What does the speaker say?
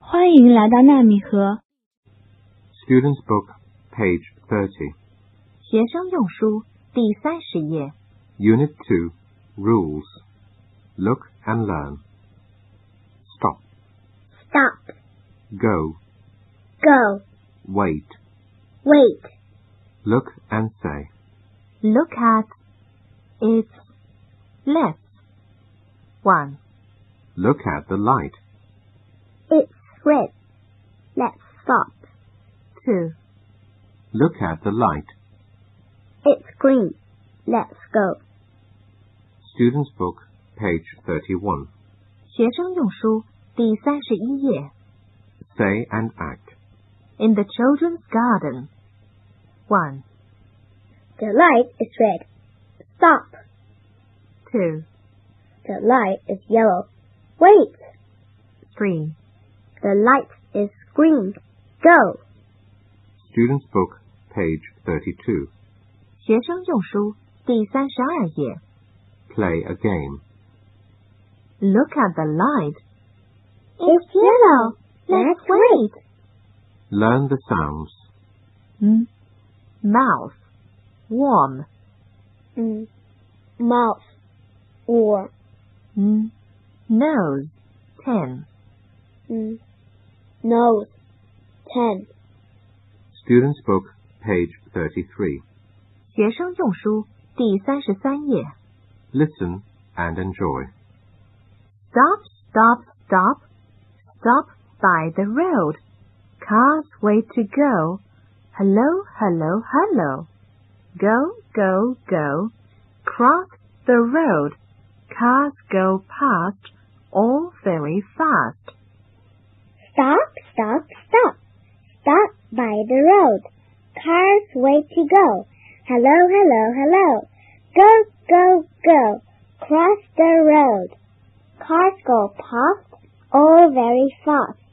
欢迎来到纳米盒 Student's Book, page 30. 学生用书第三十页， Unit 2, Rules. Look and learn. Stop, Stop, go, Go, wait, Wait, look and say. Look at its left. One, Look at the light. It's red. Let's stop. two, Look at the light. It's green. Let's go. Student's Book, page 31. 学生用书第三十一页。 Say and act. In the children's garden. One, The light is red. Stop. two, The light is yellow. Wait. three, The light is green. Go. Student's Book, page 32. 学生用书第三十二页。 Play a game. Look at the light. It's yellow. Let's wait. Learn the sounds. M- mouth. Warm. Mm. Mouth. Or. N- nose. Ten. Mm. Nose. Ten. Student's Book, page 33. 学生用书第三十三页。 Listen and enjoy. Stop, stop, stop. Stop by the road. Cars wait to go. Hello, hello, hello. Go, go, go. Cross the road. Cars go past, all very fast. Stop, stop, stop. Stop by the road. Cars wait to go. Hello, hello, hello. Go, go, go. Cross the road. Cars go past, all very fast.